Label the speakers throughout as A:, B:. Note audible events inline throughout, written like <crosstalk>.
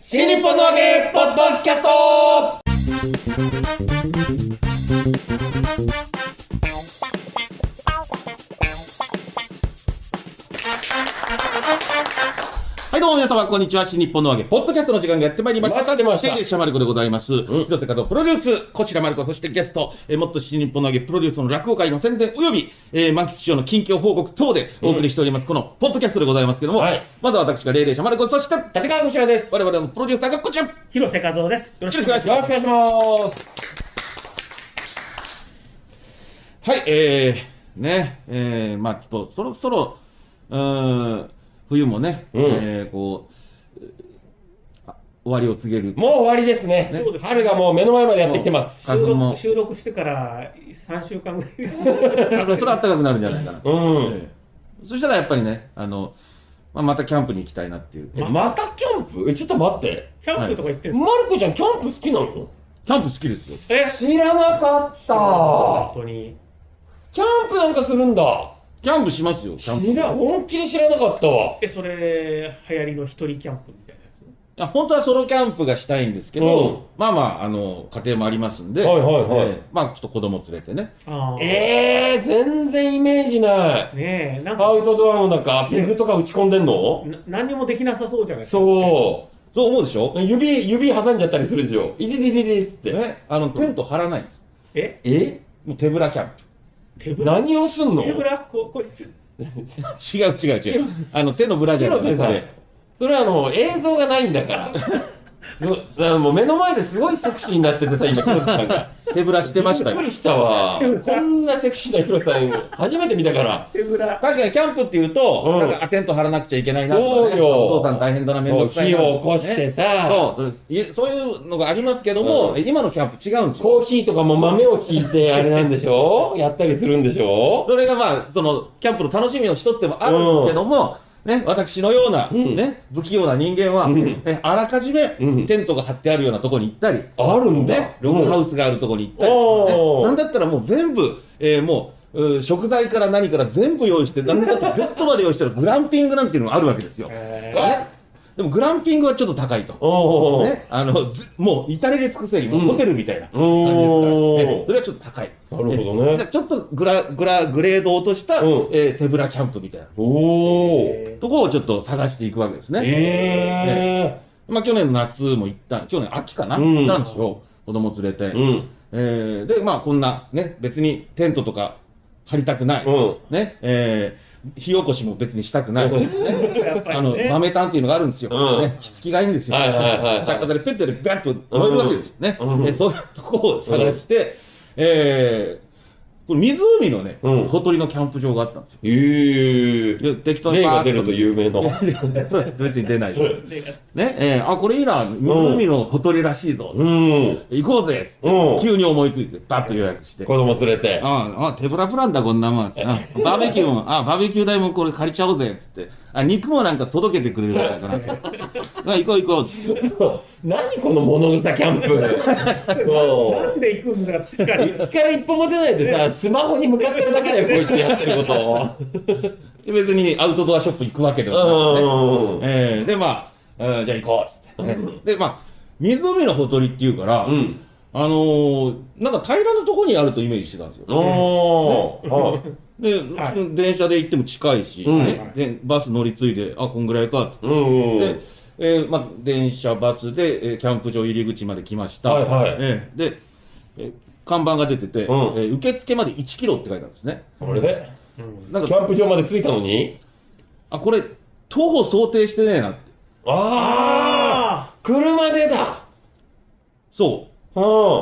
A: 新日本の揚げポッドキャストはいどうも皆様こんにちは新日本の揚げポッドキャストの時間がやってまいりました
B: 待ってました
A: シェイでしゃまるこでございます、広瀬和夫プロデュースこちらまるこそしてゲストえーもっと新日本の揚げプロデュースの落語会の宣伝および、えー、満喫師匠の近況報告等でお送りしております、このポッドキャストでございますけども、
B: はい
A: まずは私が霊霊者まるこそして
B: 立川こちらです。よ
A: 我々のプロデューサーがこちらよ
C: 広瀬和夫です。よ
A: ろ
C: ろ
A: しくお
C: しくお
A: 願
C: 願
A: い
C: い
A: し
C: し
A: ま
B: ろし
A: す
B: くお願いします。
A: はい、えー、ね、えー、まあちょっとそろそろ、うーん、冬もね、えー、こう、あ終わりを告げる。
B: もう終わりですね。
C: そうです
B: 春がもう目の前までやってきてます。
A: 花
C: ます。収
A: 粉も
C: 録、収録してから3週間ぐらい。
A: あのそれは暖かくなるんじゃないかな。
B: うん。
A: えーそしたらやっぱりね、あの、まあ、またキャンプに行きたいなっていう。キ
B: えまたキャンプえ、ちょっと待って。
C: キャンプとか行ってる
B: ま
C: ん
B: るこちゃん、キャンプ好きなの
A: ャンプ好きですよ。
C: ですか、
B: 知らなかっ
C: 本
B: た。
C: 当に。
B: キャンプなんかするんだ。
A: キャンプしますよ、キャンプ。
B: 知ら、本気で知らなかったわ。
C: え、それ、流行りの一人キャンプみたいなやつ。
A: あ本当はソロキャンプがしたいんですけど、
B: うん
A: まあまあ、あの、家庭もありますんで、
B: はいはいはい
A: ーまあちょっと子供連れてね。
C: ああ。
B: えー、全然イメージない。
C: ねえ、なん
B: ア
C: か、
B: ウトドアの中、ペグとか打ち込んでんの
C: な何にもできなさそうじゃないですか。
B: そ
A: そう思うでしょ
B: う。指、指挟んじゃったりするでしょ。いててててつって。
A: ね、あの、テント張らないんです。
C: え
B: え
A: もう手ぶらキャンプ。
C: 手ぶら
B: 何をすんの
C: 手ぶらここいつ。
A: 違う違う違う。あの手のブラジャー
B: 広
A: じゃ
B: 瀬
A: な
B: さ
A: く
B: ん
A: て、
B: それはあの映像がないんだ <laughs> から。そうだからもう目の前ですごいセクシーになっててさ、今、広瀬さん <laughs> が。
A: 手ぶらしてまし
B: び
A: た
B: っ
A: よ
B: く。りしたわ。こんなセクシーな広瀬さん、初めて見たから。
C: 手ぶら。
A: 確かにキャンプっていうと、
B: うん
A: なんかアテント張らなくちゃいけないなとか、ね、
B: そうよ
A: お父さん大変だな、面倒
B: そう
A: くさい
B: 火
A: な、
B: を起こして
A: ね
B: さ、
A: そうそうですいそういうのがありますけども、
B: う
A: 今のキャンプ違うんですよ。
B: コーヒーとかも豆をひいて、あれなんでし <laughs> ょやったりするんでしょ
A: それがまあ、その、キャンプの楽しみの一つでもあるんですけども、ね、私のような、
B: ん
A: ね、不器用な人間は、
B: ん
A: ねあらかじめ、
B: うん
A: テントが張ってあるようなとこに行ったり、
B: あるんだ。
A: ね、ログハウスがあるとこに行ったり、
B: お
A: ね、
B: ー
A: なんだったらもう全部、えーもううー食材から何から全部用意して、なんだったらベッドまで用意してるグランピングなんていうのがあるわけですよ。ね、
C: え
A: でもグランピングはちょっと高いと。
B: おー
A: ね、あのずもう至れり尽くせり、もうホテルみたいな感じですから、
B: おー
A: ねそれはちょっと高い。
B: なるほどね
A: じゃあちょっとグラグラグレードを落とした、
B: うん
A: えー手ぶらキャンプみたいな
B: おー
A: ところをちょっと探していくわけですね。
B: え
A: まあ、去年の夏も行った、去年秋かな、
B: ん
A: 行ったんですよ、子供連れて。
B: ー。うん。
A: えーで、まあ、こんな、ね、別にテントとか張りたくない、
B: うん
A: ねえー火起こしも別にしたくない、ね、
B: <laughs>
C: やっぱ
A: あ
C: り
A: の
C: ね。
A: 豆炭っていうのがあるんですよ、
B: うん
A: ね、火付きがいいんですよ、
B: はいはいはいはい
A: 着火台でペッてでビャッと燃えるわけですよね、
B: うん
A: えそういうとこを探して、えーこれ湖のね、
B: うん
A: ほとりのキャンプ場があったんですよ。
B: えー。
A: で適当に
B: 例
A: パー
B: が
A: ッと
B: 出ると有名の。
A: そう別に
B: <laughs>
A: 出ないですねえーあこれいいな湖のほとりらしいぞ、
B: うん。
A: 行こうぜっつって、
B: うん
A: 急に思いついてバッと予約して
B: 子供連れて。
A: ああ、手ぶらプランだ、こんなもん。あバーベキューも、あバーベキュー代もこれ借りちゃおうぜ、つって。あ、肉もなんか届けてくれるからかな。 <laughs> あ、行こう行こう、つって。
B: <laughs> 何この物草キャンプも
C: なんで行くんだって感じ
B: う力一歩も出ないでさスマホに向かってるだけだよこいつやってるこ
A: で別にアウトドアショップ行くわけで
B: と
A: は
B: を
A: なくて、ね。えーで、まあ、うんじゃあ行こう、つってね、で、まあ、湖のほとりっていうから、
B: うん
A: あのーなんか平らなとこにあるとイメージしてたんですよ。
B: おおー
A: で、
C: はい
A: 電車で行っても近いし、
B: ん
A: ねで、バス乗り継いで、あ、こんぐらいか、
B: うんうん
A: で、えーまあ、電車、バスで、えーキャンプ場入り口まで来ました、
B: はいはい
A: えーで、えー看板が出てて、
B: うん
A: えー受付まで1キロって書いてあるんですね、
B: あれ
A: なん
B: キ
A: か、
B: ャンプ場まで着いたのに
A: あこれ、徒歩想定してねえなって、
B: ああ
C: あ
B: 車でだ
A: そう、
B: う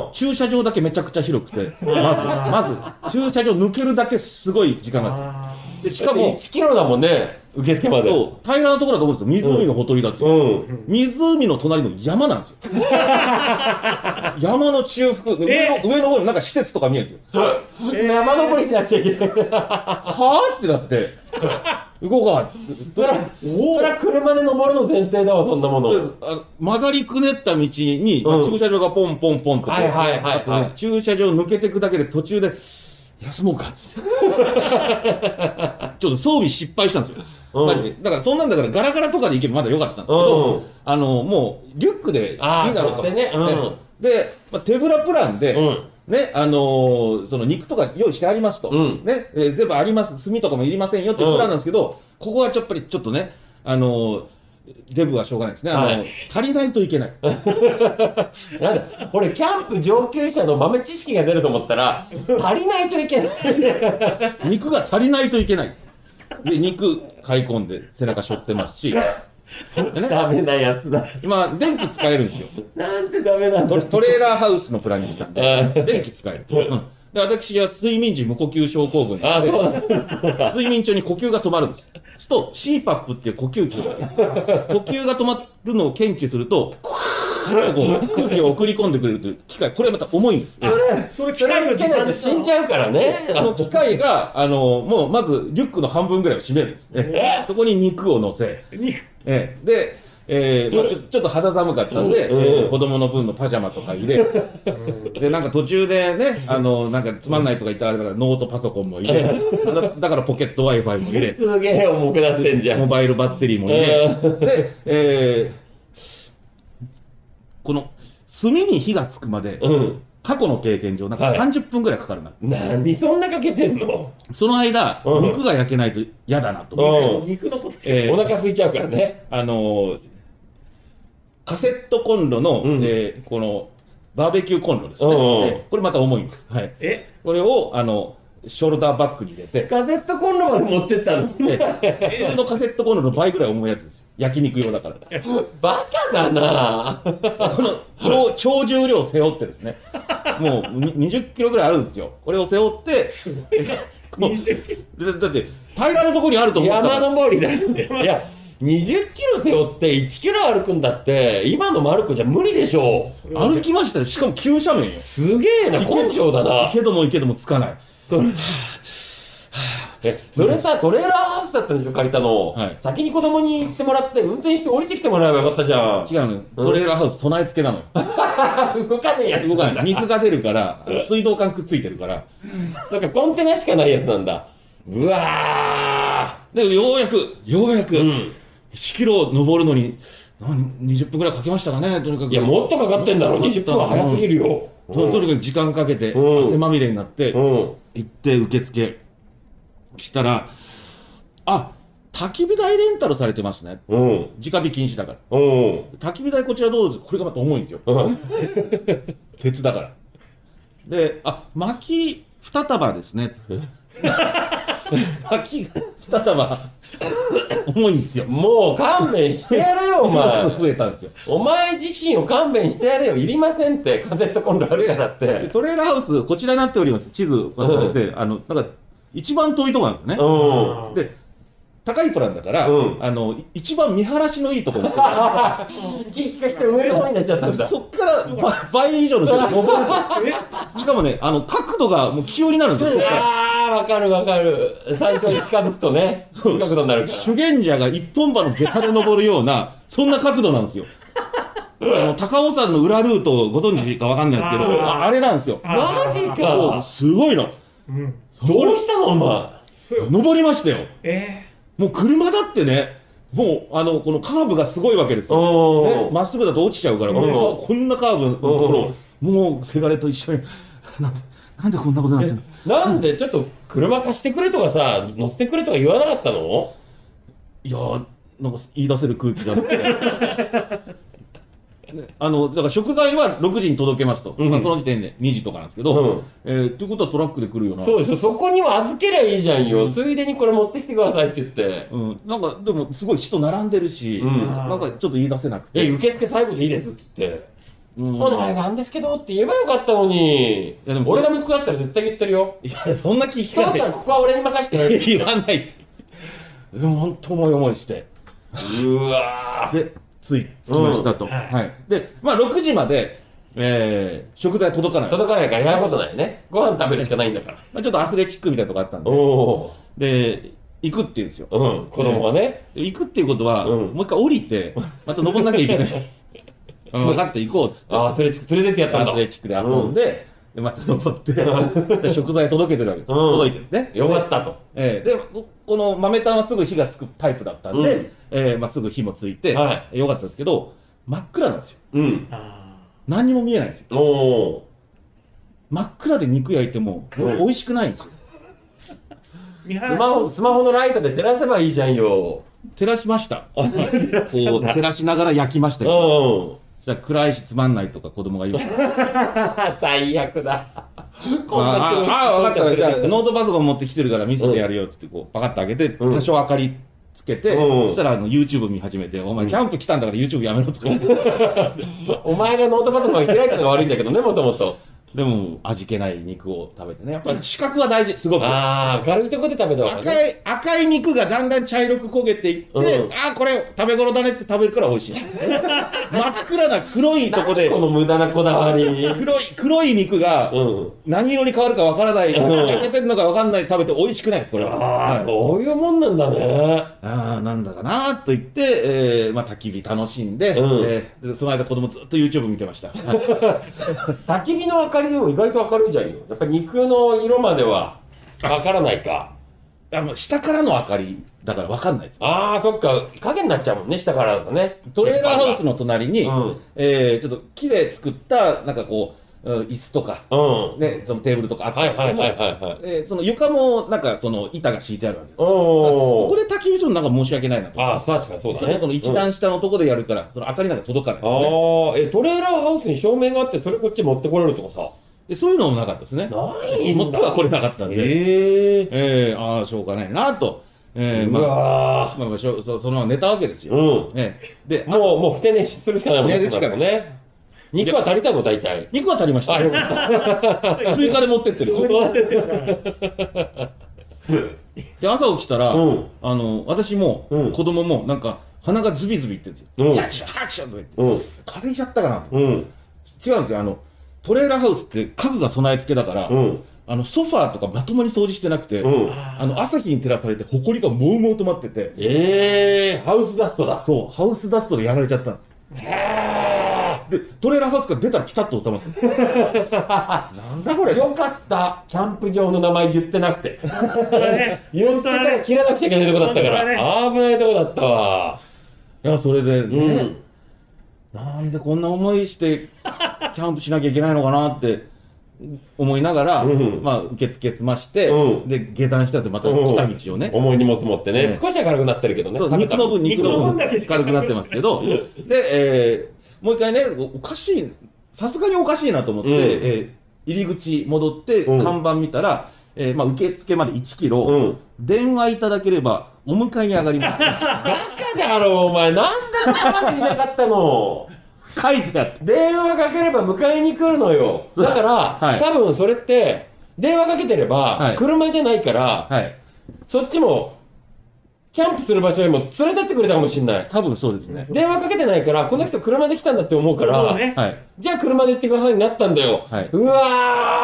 B: ん
A: 駐車場だけめちゃくちゃ広くて、まず、まず駐車場抜けるだけすごい時間がか
C: あ
A: かるでしか
B: で
A: も、
B: 1キロだもんね受付まで
A: そう平らなところだと思うんですよ、湖のほとりだって。
B: うん
A: 湖の隣の山なんですよ。山の中腹、上の上の方になんか施設とか見えるんですよ。
B: 生登りしなくちゃいけない
A: <laughs> はぁってなって、行こうか
B: そりゃそりゃ車で登るの前提だわそんなもの
A: あの曲がりくねった道に、
B: うん
A: 駐車場がポンポンポンとこう
B: はいはいはいはい
A: あとね駐車場抜けていくだけで途中で、え休もうかっ <laughs> つってちょっと装備失敗したんですよ、
B: うん
A: マジでだからそんなんだからガラガラとかで行けばまだ良かったんですけ
B: う
A: ど、
B: ん
A: あのもうリュックでいい
B: あー
A: だろうと
B: そうやってねうん
A: で、まあ、手ぶらプランで、
B: うん
A: ねあのーその肉とか用意してありますと、
B: うん
A: ねえー全部あります炭とかもいりませんよっていうプランなんですけど、ここはやっぱりちょっとねあのーデブはしょうがないですね、あのー
B: はい
A: 足りないといけない
B: なんだ、俺、キャンプ上級者の豆知識が出ると思ったら、足りないといけない。
A: 肉が足りないといけないで肉買い込んで背中背負ってますし、ね、
B: ダメなやつだ。
A: 今電気使えるんですよ
B: なんてダメなんだ
A: ト。トレーラーハウスのプランにしたんで
B: あ
A: 電気使える、うん、で私は睡眠時無呼吸症候群
B: あ、
A: なんで
B: そうだ、そうだ、そうだ。
A: 睡眠中に呼吸が止まるんですそうすると CPAP っていう呼吸器をつけて呼吸が止まるのを検知するとクーッとこう空気を送り込んでくれるという機械これはまた重いんです
C: そういう機
B: そ
C: 械
B: れ
C: の
B: をつけ
C: 持
B: ないと
C: 参
B: 死んじゃうからね。
A: この機械が、あのもうまずリュックの半分ぐらいを占めるんです、ね、そこに肉を乗せ、
C: 肉
A: ええで、えーまあ、ちょちょっと肌寒かったんで、えー子供の分のパジャマとか入れでなんか途中でねあのなんかつまんないとか言ったらあれだからノートパソコンも入れだだからポケット w i f i も入れ
B: すげえ重くなってんじゃ
A: モ
B: ん。
A: バイルバッテリーも入れ、で、えーこの炭に火がつくまで、
B: うん。
A: 過去の経験上なんか
B: はい
A: 30分ぐらいかかるな、
B: 何そんなかけてんの
A: その間、
B: うん
A: 肉が焼けないと嫌だなと思って、
B: うん。
C: 肉のことしか
A: えー
B: お腹空いちゃうからね。
A: あのーカセットコンロの、
B: うん
A: えーこのバーベキューコンロですね、
B: うんうんうん
A: えーこれまた重いんです、はい、
C: え
A: これをあのショルダーバッグに入れて
B: カセットコンロまで持ってったの。
A: で普通のカセットコンロの倍ぐらい重いやつです焼肉用だから
B: バカだな
A: この超超重量を背負ってですねもうに20キロぐらいあるんですよこれを背負
B: <laughs>
A: って
C: すごいな
A: もう
C: 20キロ
A: だだって平らなところにあると思ったから
B: 山登りだよ。いや、20キロ背負って1キロ歩くんだって、今のマルコじゃ無理でしょう。
A: 歩きましたよしかも急斜面よ
B: すげえな、根性だな。
A: けども行けどもつかない
B: それ、え、それさ、トレーラーハウスだったんでしょ、借りたの。
A: はい
B: 先に子供に行ってもらって、運転して降りてきてもらえばよかったじゃん。
A: 違うのよトレーラーハウス備え付けなのよ
B: 動かねえやつ。
A: 動かない水が出るから水道管くっついてるから
B: そうか、コンテナしかないやつなんだ。うわ
A: でようやくようやく、
B: ん
A: 1キロ登るのに何20分ぐらいかけましたかねとにか
B: ー。
A: く
B: いや、もっとかかってんだろ、20分は早すぎるよ。
A: ととにかく時間かけて
B: うん
A: 汗まみれになって、
B: うん。
A: 行って受付したらあ焚き火台レンタルされてますね
B: うん。
A: 直火禁止だから
B: うん。
A: 焚き火台こちらどうぞこれがまた重いんですよ
B: うん。
A: 鉄だからであ薪二束ですね <laughs> 薪が二束重い
B: <laughs>
A: んですよ
B: もう勘弁してやれよ、お前
A: 一。 <laughs> つ増えたんですよ
B: お前自身を勘弁してやれよ。いりませんって、カセットコンロあるからっ
A: で
B: て。
A: トレーラーハウスこちらになっております地図がされて、あのなんか一番遠いとこなんです
B: う
A: よね、
B: ん。
A: で高いプランだから、
B: うん
A: あのい一番見晴らしのいいところ
B: 聞き聞かして上の方 <laughs> になっちゃったんだ。
A: そっからば倍以上の距離登るん
B: <laughs>
A: ですしかもねあの角度がもう急になるんですよここから
B: あー、わかるわかる。山頂に近づくとね、角度になるか
A: 修験者が一本歯の下駄で登るような、そんな角度なんですよ。あの、高尾山の裏ルートをご存知かわかんないですけど、
C: あー
A: あれなんですよ。
B: ら。マジ
A: もう
B: か。
A: すごいの。
C: うん
B: どうしたの、お前。
A: 登りましたよ。
C: え
A: もう車だってね、もう、あの、このカーブがすごいわけですよ。ね
B: おー。
A: まっすぐだと落ちちゃうから、この
B: う
A: カーこんなカーブのところ、もうせがれと一緒に、なんで、なんでこんなことになってんの
B: なんで、ちょっと、車貸してくれとかさ、乗せてくれとか言わなかったの
A: いやーなんか言い出せる空気があって。 <laughs> ねあのだから食材は6時に届けますと、
B: うん
A: まあ、その時点で2時とかなんですけど、
B: うん
A: えーということはトラックで来るよな
B: そうでしょ、そこにも預けりゃいいじゃんよ。ついでにこれ持ってきてくださいって言って。
A: うん、なんかでもすごい人並んでるし、
B: ん
A: なんかちょっと言い出せなく
B: え、
A: て、
B: 受付最後でいいですって言って。
A: うん、
B: お願いなんですけどって言えばよかったのに
A: やで。も
B: 俺が息子だったら絶対言ってるよ。
A: いやそんな聞き
B: 父
A: 方
B: ちゃん、ここは俺に任して。
A: <laughs> 言わないでも本当重い思いして
B: うわー。
A: でつい着きましたと、
C: うんはい
A: はい、でまあ6時まで、えー食材届かない、ま
B: 届かないからやることないね。ご飯食べるしかないんだから。
A: あ、ちょっとアスレチックみたいなとこあったん
B: お
A: で
B: お。
A: で行くって言うんですよ
B: うん、子供はね。
A: 行くっていうことは、
B: うん
A: もう一回降りて、また
B: <laughs>
A: 登んなきゃいけない。分かって行こうっつって、
B: あアスレチック連れてってやったん
A: ア
B: だ
A: ス。レチックで遊んで、でまた登ってで食材届けてるわけです、届いてるね
B: よかったと。
A: えーでここの豆炭はすぐ火がつくタイプだったんで、
B: うん
A: えーまあ、すぐ火もついて、
B: は
A: よかったんですけど真っ暗なんですよ
B: うん。
C: あ
A: 何にも見えないんですよ
B: おお
A: 真っ暗で肉焼いても、
B: うん
A: 美味しくないんですよ
C: ー見
B: ー。
C: 晴
B: ス
C: ら
B: マホ、スマホのライトで照らせばいいじゃんよ。
A: 照らしましたこう
C: し
A: 照らしながら焼きました
B: うん
A: よ、。そしたら暗いしつまんないとか子供が言うあ
B: 最悪だ。
A: あ
B: こんな教室
A: ああ分かったじゃあ
B: うん
A: ノートパソコン持ってきてるから見せてやるよっつってこうパカッと開けて
B: うん
A: 多少明かりつけて、
B: うん
A: そしたらあの YouTube 見始めて「お前キャンプ来たんだから YouTube やめろ」とか言って
B: <laughs> お前がノートパソコン開いたのが悪いんだけどね、もともと。
A: でも味気ない肉を食べてねやっぱり視覚は大事すごく
B: ああ、明るいとこで食べたわけね。
A: 赤い赤い肉がだんだん茶色く焦げていって、
B: うん
A: ああこれ食べ頃だねって食べるから美
B: <laughs>
A: 味しい真っ暗な黒いとこで
B: この無駄なこだわり。うん。
A: 黒い黒い肉が何色に変わるかわからない、
B: ん
A: 焼けてるのかわかんない食べて美味しくないですこれは
B: あ
A: は
B: あ、
A: い
B: そういうもんなんだね。
A: あーなんだかなーと言って、えーまあ、焚き火楽しんで,、
B: うん
A: えーでその間子供ずっと YouTube 見てました
B: 焚き火の明かりでも意外と明るいじゃんよ。やっぱ肉の色まではわからないか。
A: あの下からの明かりだからわかんないです
B: ああ、そっか。影になっちゃうもんね、下からだとね。
A: トレーラーハウス
B: の。
A: の隣に、
B: うん
A: えーちょっと木で作ったなんかこううん椅子とか、
B: うん。
A: ね、そのテーブルとかあったん
B: は
A: で
B: い
A: すけ
B: は
A: ど
B: い
A: も、
B: はいはいはい。
A: えーその床もなんかその板が敷いてあるわけですこ
B: お
A: こ
B: お。
A: で焚き火するのなんか申し訳ないなと
B: ああ、確かにそうだね。
A: この一
B: うん
A: 段下のとこでやるから、その明かりなんか届かないですね
B: ああ、え、トレーラーハウスに照明があって、それこっち持ってこれるとかさ。
A: でそういうのもなかったですね
B: ないんだ
A: 持ってはこれなかったんで
B: ええ
A: ええああしょうがないなとええ
B: う
A: まあ
B: わ
A: まあまあしょそそのまま寝たわけです
B: ーう
A: よ、
B: ん。
A: ええであ
B: もう、もう、ふて寝しするしかないもん
A: 寝るしかない
B: ね。肉は足りたの、大体。
A: 肉は足りました
B: あ、よかった。
A: <laughs> 追加で持ってってるで朝起きたら、
B: うん
A: あの私も、
B: うん
A: 子供もなんか鼻がズビズビいってるんですよ、
B: うん
A: ハクションハクションとか言って
B: うん。
A: 風邪ひいちゃったかなと
B: うん。
A: 違うんですよあのトレーラーハウスって家具が備え付けだから、
B: うん。
A: あのソファーとかまともに掃除してなくて、
B: うん。
A: あの朝日に照らされて埃がもうもうと舞ってて
B: ええハウスダストだ。
A: そうハウスダストでやられちゃったんですでトレーラーハウスから出たらピタッと収まって
B: <laughs>
A: なんだこれ
B: よかった。キャンプ場の名前言ってなくて。
C: これね
B: 言
C: 本
B: って
C: 当
B: た
C: だ
B: ら
C: ね
B: 切らなくちゃいけないとこだったか
C: 本当
B: ら。危ないとこだったわ。
A: いやそれで
B: う
A: ね、
B: ん。
A: なんでこんな思いしてキャンプしなきゃいけないのかなって思いながら、
B: うん
A: まあ受付済まして、
B: うん
A: で下山したんですよまた来た道をね、
B: 重い荷物持って
A: え
B: ね。
A: え
B: 少しは軽くなってるけどね。
A: そう肉の分、肉の分、
C: 肉の分
A: 軽くなってますけど、で、えーもう一回ね、おおかしい、さすがにおかしいなと思って、
B: うん
A: えー入り口戻って、
B: うん
A: 看板見たら、えーまあ、受付まで1キロ、
B: うん
A: 電話いただければ、お迎えに上がります。
B: バカだろ、お前。なんでそこまでいなかった
A: <laughs>
B: の
A: 書いてあって。
B: 電話かければ迎えに来るのよ。だから、
A: はい
B: 多分それって、電話かけてれば、
A: はい
B: 車じゃないから、
A: はい。
B: そっちも、キャンプする場所へも連れてってくれたかもしんない。
A: 多分そうですね。
B: 電話かけてないから、この人車で来たんだって思うから、
C: そうね
A: はい。
B: じゃあ車で行ってくださいになったんだよ。
A: はいう
B: わ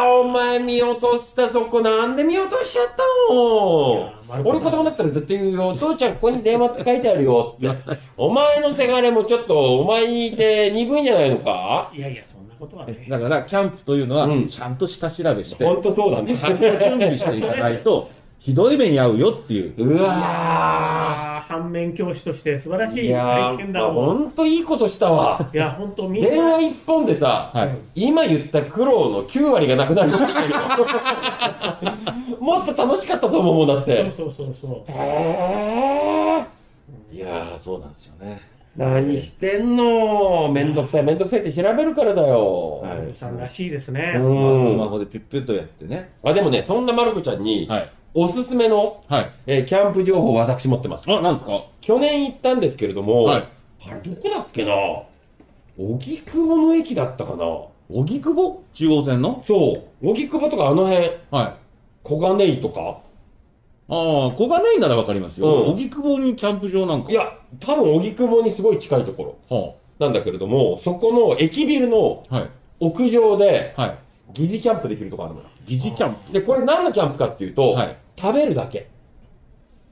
B: ー、お前見落としたそこなんで見落としちゃった
C: いや
B: の
C: ー
B: 俺子供だったら絶対言うよ。お父ちゃんここに電話って書いてあるよって。お前のせがれもちょっとお前にいて鈍いんじゃないのか
C: いやいやそんなことはね
A: だから、キャンプというのは、
B: うん
A: ちゃんと下調べして、
B: ほんとそうだね。
A: ちゃんと準備していかないと、ひどい目に遭うよっていう。
B: うわ
C: ああ反面教師として素晴ら
B: ー。
C: し
B: い
C: い
B: や
C: 体
B: ー、
C: 験
B: ま
C: だ
B: あ、
C: もん
B: ほんといいことしたわ。
C: いや本当みんな
B: 電話一本でさ、
A: はい。
B: 今言った苦労の9割がなくなるんだけどもっと楽しかったと思うもんだって。
C: そうそうそうそう
B: へーいやー
A: そうなんですよね。
B: 何してんのめんどくさいめんどくさいって調べるからだよ、
A: はい
C: 丸さんらしいですね
B: うん
A: スマホでピュッピュッとやってね。
B: あでもねそんなまる子ちゃんに、
A: はい。
B: おすすめの、
A: はい。
B: えーキャンプ情報を私持ってます
A: あ、なんですか
B: 去年行ったんですけれども、
A: はい
B: あれどこだっけな荻窪の駅だったかな
A: 荻窪中央線の
B: そう荻窪とかあの辺
A: はい。
B: 小金井とか
A: ああ、小金井ならわかりますよ。
B: うん
A: 荻窪にキャンプ場なんか。
B: いや多分荻窪にすごい近いところ
A: は
B: なんだけれどもそこの駅ビルの
A: あ、はい。
B: 屋上で
A: はい。
B: 疑似キャンプできるとこあるのよ
A: 疑似キャンプ。
B: でこれ何のキャンプかっていうと、
A: はい
B: 食べるだけ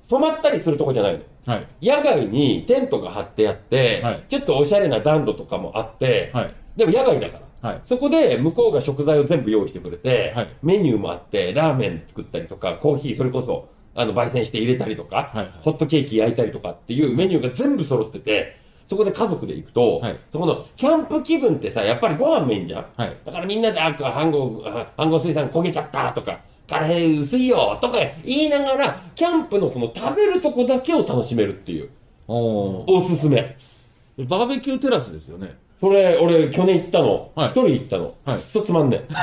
B: 泊まったりするとこじゃないの
A: はい。
B: 野外にテントが張ってあって、
A: はい
B: ちょっとおしゃれな暖炉とかもあって、
A: はい。
B: でも野外だから
A: はい
B: そこで向こうが食材を全部用意してくれて、
A: はい
B: メニューもあって、ラーメン作ったりとか、コーヒーそれこそ、あの、焙煎して入れたりとか、
A: はいはい
B: ホットケーキ焼いたりとかっていうメニューが全部揃ってて、そこで家族で行くと、
A: はい
B: そこのキャンプ気分ってさ、やっぱりご飯メインじゃん。
A: はい
B: だからみんなで、あ、飯盒、あ飯盒水産焦げちゃったとか、カレー薄いよとか言いながら、キャンプのその食べるとこだけを楽しめるっていう、
A: おー
B: おすすめ。
A: バーベキューテラスですよね
B: それ、俺、去年行ったの。一、
A: はい
B: 人行ったの。
A: はい
B: くっそつまん <laughs> ねえ。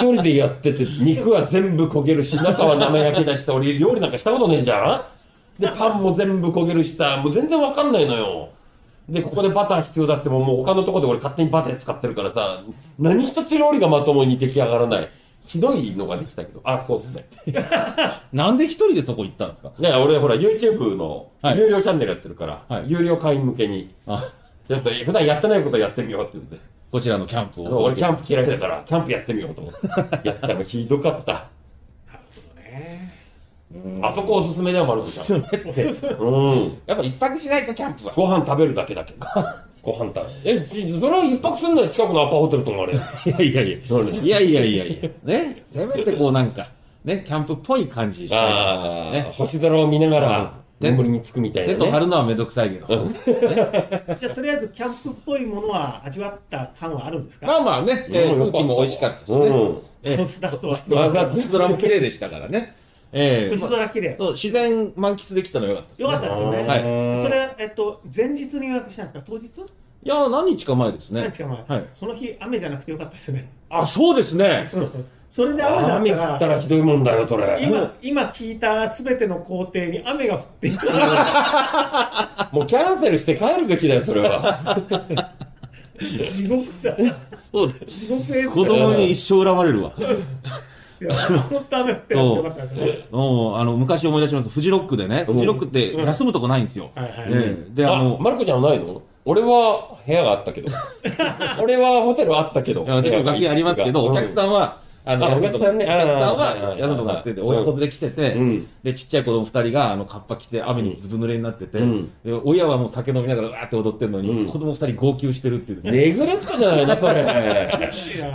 B: 一人でやってて、肉は全部焦げるし、中は生焼けだしさ、俺、料理なんかしたことねえじゃんで、パンも全部焦げるしさ、もう全然わかんないのよ。で、ここでバター必要だっても、もう他のとこで俺勝手にバター使ってるからさ、何一つ料理がまともに出来上がらない。ひどいのができたけど、あ、そうですね。
A: なんで一人でそこ行ったんですか
B: ね俺、ほら、YouTube の
A: はい
B: 有料チャンネルやってるから、
A: はい
B: 有料会員向けに、
A: あ
B: ちょっと普段やってないことやってみようって言うんで。
A: こちらのキャンプ
B: そう
A: を
B: 俺キャンプ嫌いだからキャンプやってみようと思って
A: <laughs>
B: やったらひどかったあそこおすすめだよマルコちゃんうん
C: おすすめ
A: やっぱ一泊しないとキャンプは
B: ご飯食べるだけだけ
A: <laughs>
B: どご飯食べえちそれは一泊すんのよ近くのアパホテルともあれ
A: いやいやいや
B: そうね
A: いやいやいやいやねせめてこうなんかねキャンプっぽい感じして
B: ああ、
A: ね
B: 星空を見ながら
A: うん
B: 眠りにつくみたい
A: 手
B: な、
A: と張
B: ね、
A: るのはめんどくさいけど
C: じゃあとりあえずキャンプっぽいものは味わった感はあるんです
A: ま
C: か
A: あまあねえー空気も美味しかったし
B: う
A: ね
B: ん
A: え
C: コンスラストは
B: わざわざ
A: 星空も綺麗でしたからねええ
C: 星空綺麗
A: そう自然満喫できたのは良かったです
C: よ
A: ね
C: かったですよね、
A: はい
C: それえっと前日に予約したんですか当日
A: いや何日か前ですね
C: 何日か前、
A: はい
C: その日雨じゃなくてよかったですね
A: あそうですね
C: それで雨
B: 雨
C: だ
B: 降
C: ったら
B: ったらひどいもんだよそれもう
C: 今今聞いたすべての工程に雨が降っていた
B: もうキャンセルして帰るべきだよそれは
C: 地獄だ
A: そうだ
C: 地獄ですね
A: 子供に一生恨まれるわ
C: いや本当雨降ってなくてよかったですね
A: うんあの昔思い出しますフジロックでねフジロックって休むとこないんですよ、
C: はいはい
A: ええであ
B: あ
A: の
B: マルコちゃんはないの俺は部屋があった
A: <laughs>
B: けど俺はホテルあったけど
A: いや私も楽器ありますけど、お客
B: ん
A: さんは、あ
B: あ
A: の、
B: お客さんね
A: お客さん
B: あーはいは、
A: はい宿とかってて、
B: はいはい
A: 親子連れ来てて
B: うん、
A: で、ちっちゃい子供二人が、あの、カッパ着て、雨にずぶ濡れになってて
B: うん、
A: で親はもう酒飲みながら、わーって踊ってるの
B: うん
A: に、子供二人号泣してるっていうですね。
B: ネグレクトじゃないのそれ
C: いや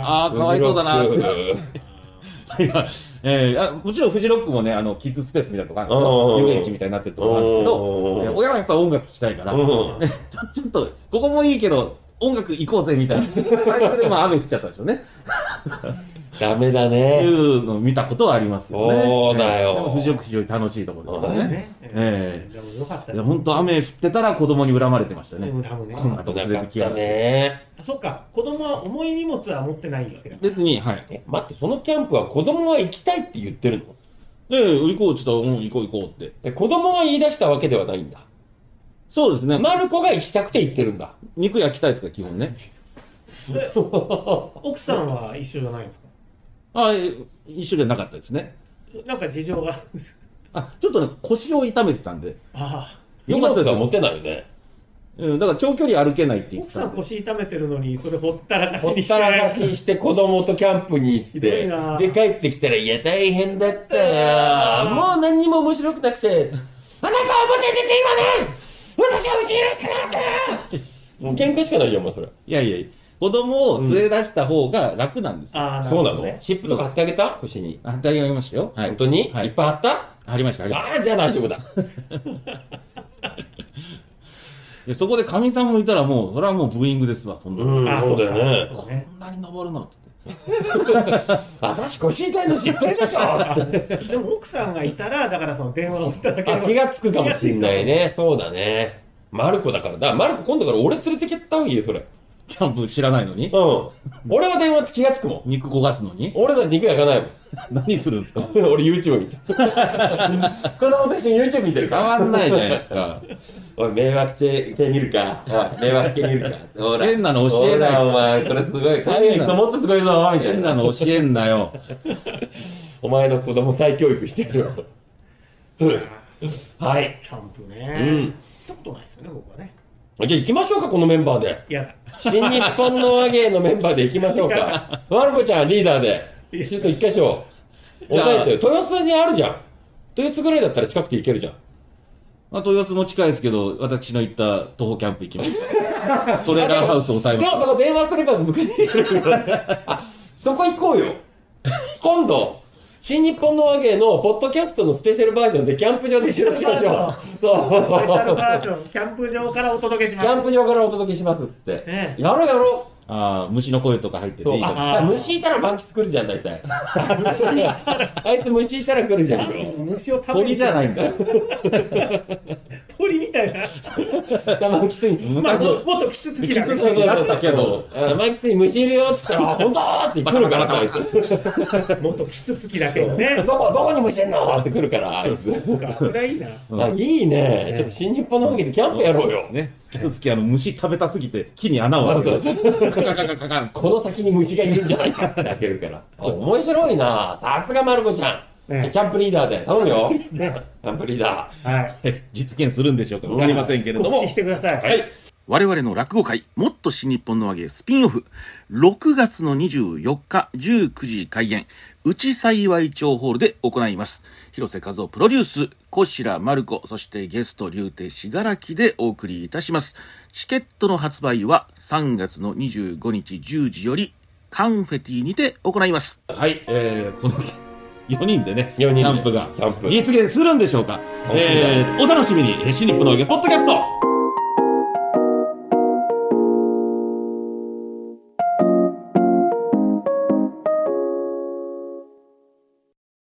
A: <laughs> ああ、かわいそうだなっ
B: フジロッ
A: て。
B: ク
A: <laughs> いや、えーあもちろんフジロックもね、あの、キッズスペースみたいなとこあるんです
B: うんうんうん
A: よ。遊園地みたいになってるとこあるんですけ
B: うんうん
A: ど、
B: うん
A: えー親はやっぱ音楽聴きたいから、
B: う
A: ね
B: ん
A: ちょちょっと、ここもいいけど、音楽行こうぜみたいな。タイプで、まあ、雨降っちゃったんでしょうね。
B: ダメだ
A: ってい
B: ね
A: うのを見たことはありますけどね。
B: そうだよ
A: ええでも、藤岡非常に楽しいところですからね。
C: ね
A: え
C: でもよかった
A: え
C: です
A: 本当雨降ってたら子供に恨まれてましたね。
C: うん多分ね
A: この後
B: な
A: 連
B: か
A: れ
B: って
A: きや
B: た
A: がって。
B: ね
C: あそっか子供は重い荷物は持ってないわけだ
A: 別に、はい。
B: え待ってそのキャンプは子供は行きたいって言ってるの
A: ええ行こう、ちょっと、うん、行こう行こうって。
B: で子供が言い出したわけではないん
A: <laughs>
B: だ
A: そうですね。
B: マルコが行きたくて行ってるんだ
A: 肉焼きたいですから、基本ね。
C: で奥さんは一緒じゃないんですか
A: あええ一緒じゃなかったですね。
C: なんか事情があるんです
A: あ、ちょっとね、腰を痛めてたんで。
C: ああ
A: よかったで
B: 荷物
A: す
B: は
A: よ。
B: 持てないよね
A: うん、だから長距離歩けないって言って
C: 奥さ
A: たん
C: ん
A: で。
C: 腰痛めてるのにそれほったらかし
B: ほっ
C: にして
B: たらかしして子供とキャンプに行っ
C: ひどい
B: て
C: な、
B: で帰ってきたら、いや大変だったよ。もう何にも面白くなくて、あなたは表に出て今ね私はうちにいるしかなかったよもう喧嘩しかないよ、もうそれ。
A: いやいやいや、子供を連れ出した方が楽なんですよ。
C: ああなる
B: そう
C: ほ
B: な
C: ど
B: の
C: ね
B: シップとか貼ってあげた腰に。
A: あ、大変ありましたよ。はい。
B: 本当に、、
A: はいい
B: っぱい貼った
A: ありました、ありました。
B: ああ、じゃあ大丈夫だ。
A: でそこでかみさんもいたらもうそれはもうブーイングですわそんなの、
B: うん、
C: あ
B: そうだよ
C: そ
B: ね。
C: うかそうね
A: こんなに登るのって
B: 私腰痛いの知ってるでしょ
C: <laughs>
B: って
C: でも奥さんがいたら、だからその電話をいただけれ
B: あ
C: ば
B: 気がつくかもしんない。ね。そうだね。マルコだから。だからマルコ今度から俺連れてきた方がいいよ、それ。
A: キャンプ知らないのに
C: <laughs>
B: うん。俺は電話って気がつくもん。
A: 肉焦がすのに
B: 俺だって肉焼かないもん。
A: 何するんですか
B: <laughs> 俺 YouTube 見てる子供と一緒に YouTube 見てる
A: 変
B: か
A: わんないじゃないですか
B: おい迷惑系見るかおい迷惑系見るかほら
A: 変なの教えない
B: ほらお前これすごい海外行くともっとすごいぞみたい
A: 変な
B: な
A: の教えんなよ
B: お前の子供再教育してやるよ <laughs> はい
C: キャンプ
B: うん
C: ね。行ったことないですよね、僕はね。
B: じゃあ行きましょうかこのメンバー
A: <laughs>
B: で
C: 嫌だ。
B: 新日本の和芸のメンバーで行きましょうかまる子ちゃんリーダーでちょっと一箇所押さえてよ豊洲にあるじゃん豊洲ぐらいだったら近くて行けるじゃん
A: まあ、豊洲も近いですけど、私の行った徒歩キャンプ行きま <laughs> した。トレーラーハウスを抑え
B: で
A: ま
B: も
A: し
B: そこ電話すれば迎えに来てくれるからねあそこ行こ <laughs> うよ今度新日本の和芸のポッドキャストのスペシャルバージョンでキャンプ場で収録しまし <laughs> ょう
C: スペシ
B: そ
C: ャル
B: う
C: バージョン、キャンプ場からお届けし
B: キ
C: ます。
B: ャンプ場からお届けしますっつって、
C: ええ
B: やろうやろう
A: た。ああ、虫の声とか入ってて
B: そ
A: いういかも
B: ああ虫いたら満喫来るじゃん大 <laughs> 体あいつ虫いたら来るじゃん
C: 虫を食べる
A: 鳥じゃないんだ。
C: 鳥みたいな。
B: 満喫に
C: まあ、
A: 昔
C: ももっとキツツキだ
A: キツ
C: ね
A: ツ。キだったけど
B: うんあ満喫に虫いるよっつったら「あ本当!」って来るからさあいつ
C: もっとキツツキだけど <laughs> ね。
B: どこどこに虫いんのって来るからあいつ
C: そうか、それはいいな。
B: あいいねちょっと新日本のわけでキャンプやろうよ
A: ね。一月あの虫食べたすぎて木に穴を開ける。
B: そう
A: カカカカカカン。
B: この先に虫がいるんじゃないかって <laughs> 開けるからあ面白いなさすがまる子ちゃんキ
C: ええ
B: ャンプリーダーで頼む <laughs> よ
C: <laughs> ね
B: キャンプリーダ
C: はい。
A: <laughs> え実現するんでしょうかわかりませんけれど
C: 告
A: も
C: 知し。てください。
A: はい。
D: 我々の落語会、もっと新日本の和芸スピンオフ、6月の24日19時開演、内幸い町ホールで行います。広瀬和夫プロデュース、小白丸子、そしてゲスト竜亭しがらきでお送りいたします。チケットの発売は3月の25日10時より、カンフェティにて行います。
A: はい、えー、この4人でね、
B: 四人で
A: キャンプが
B: キャンプ
A: 実現するんでしょうか。
B: 楽しみだ
A: えー、お楽しみに、えー新日本の上げポッドキャスト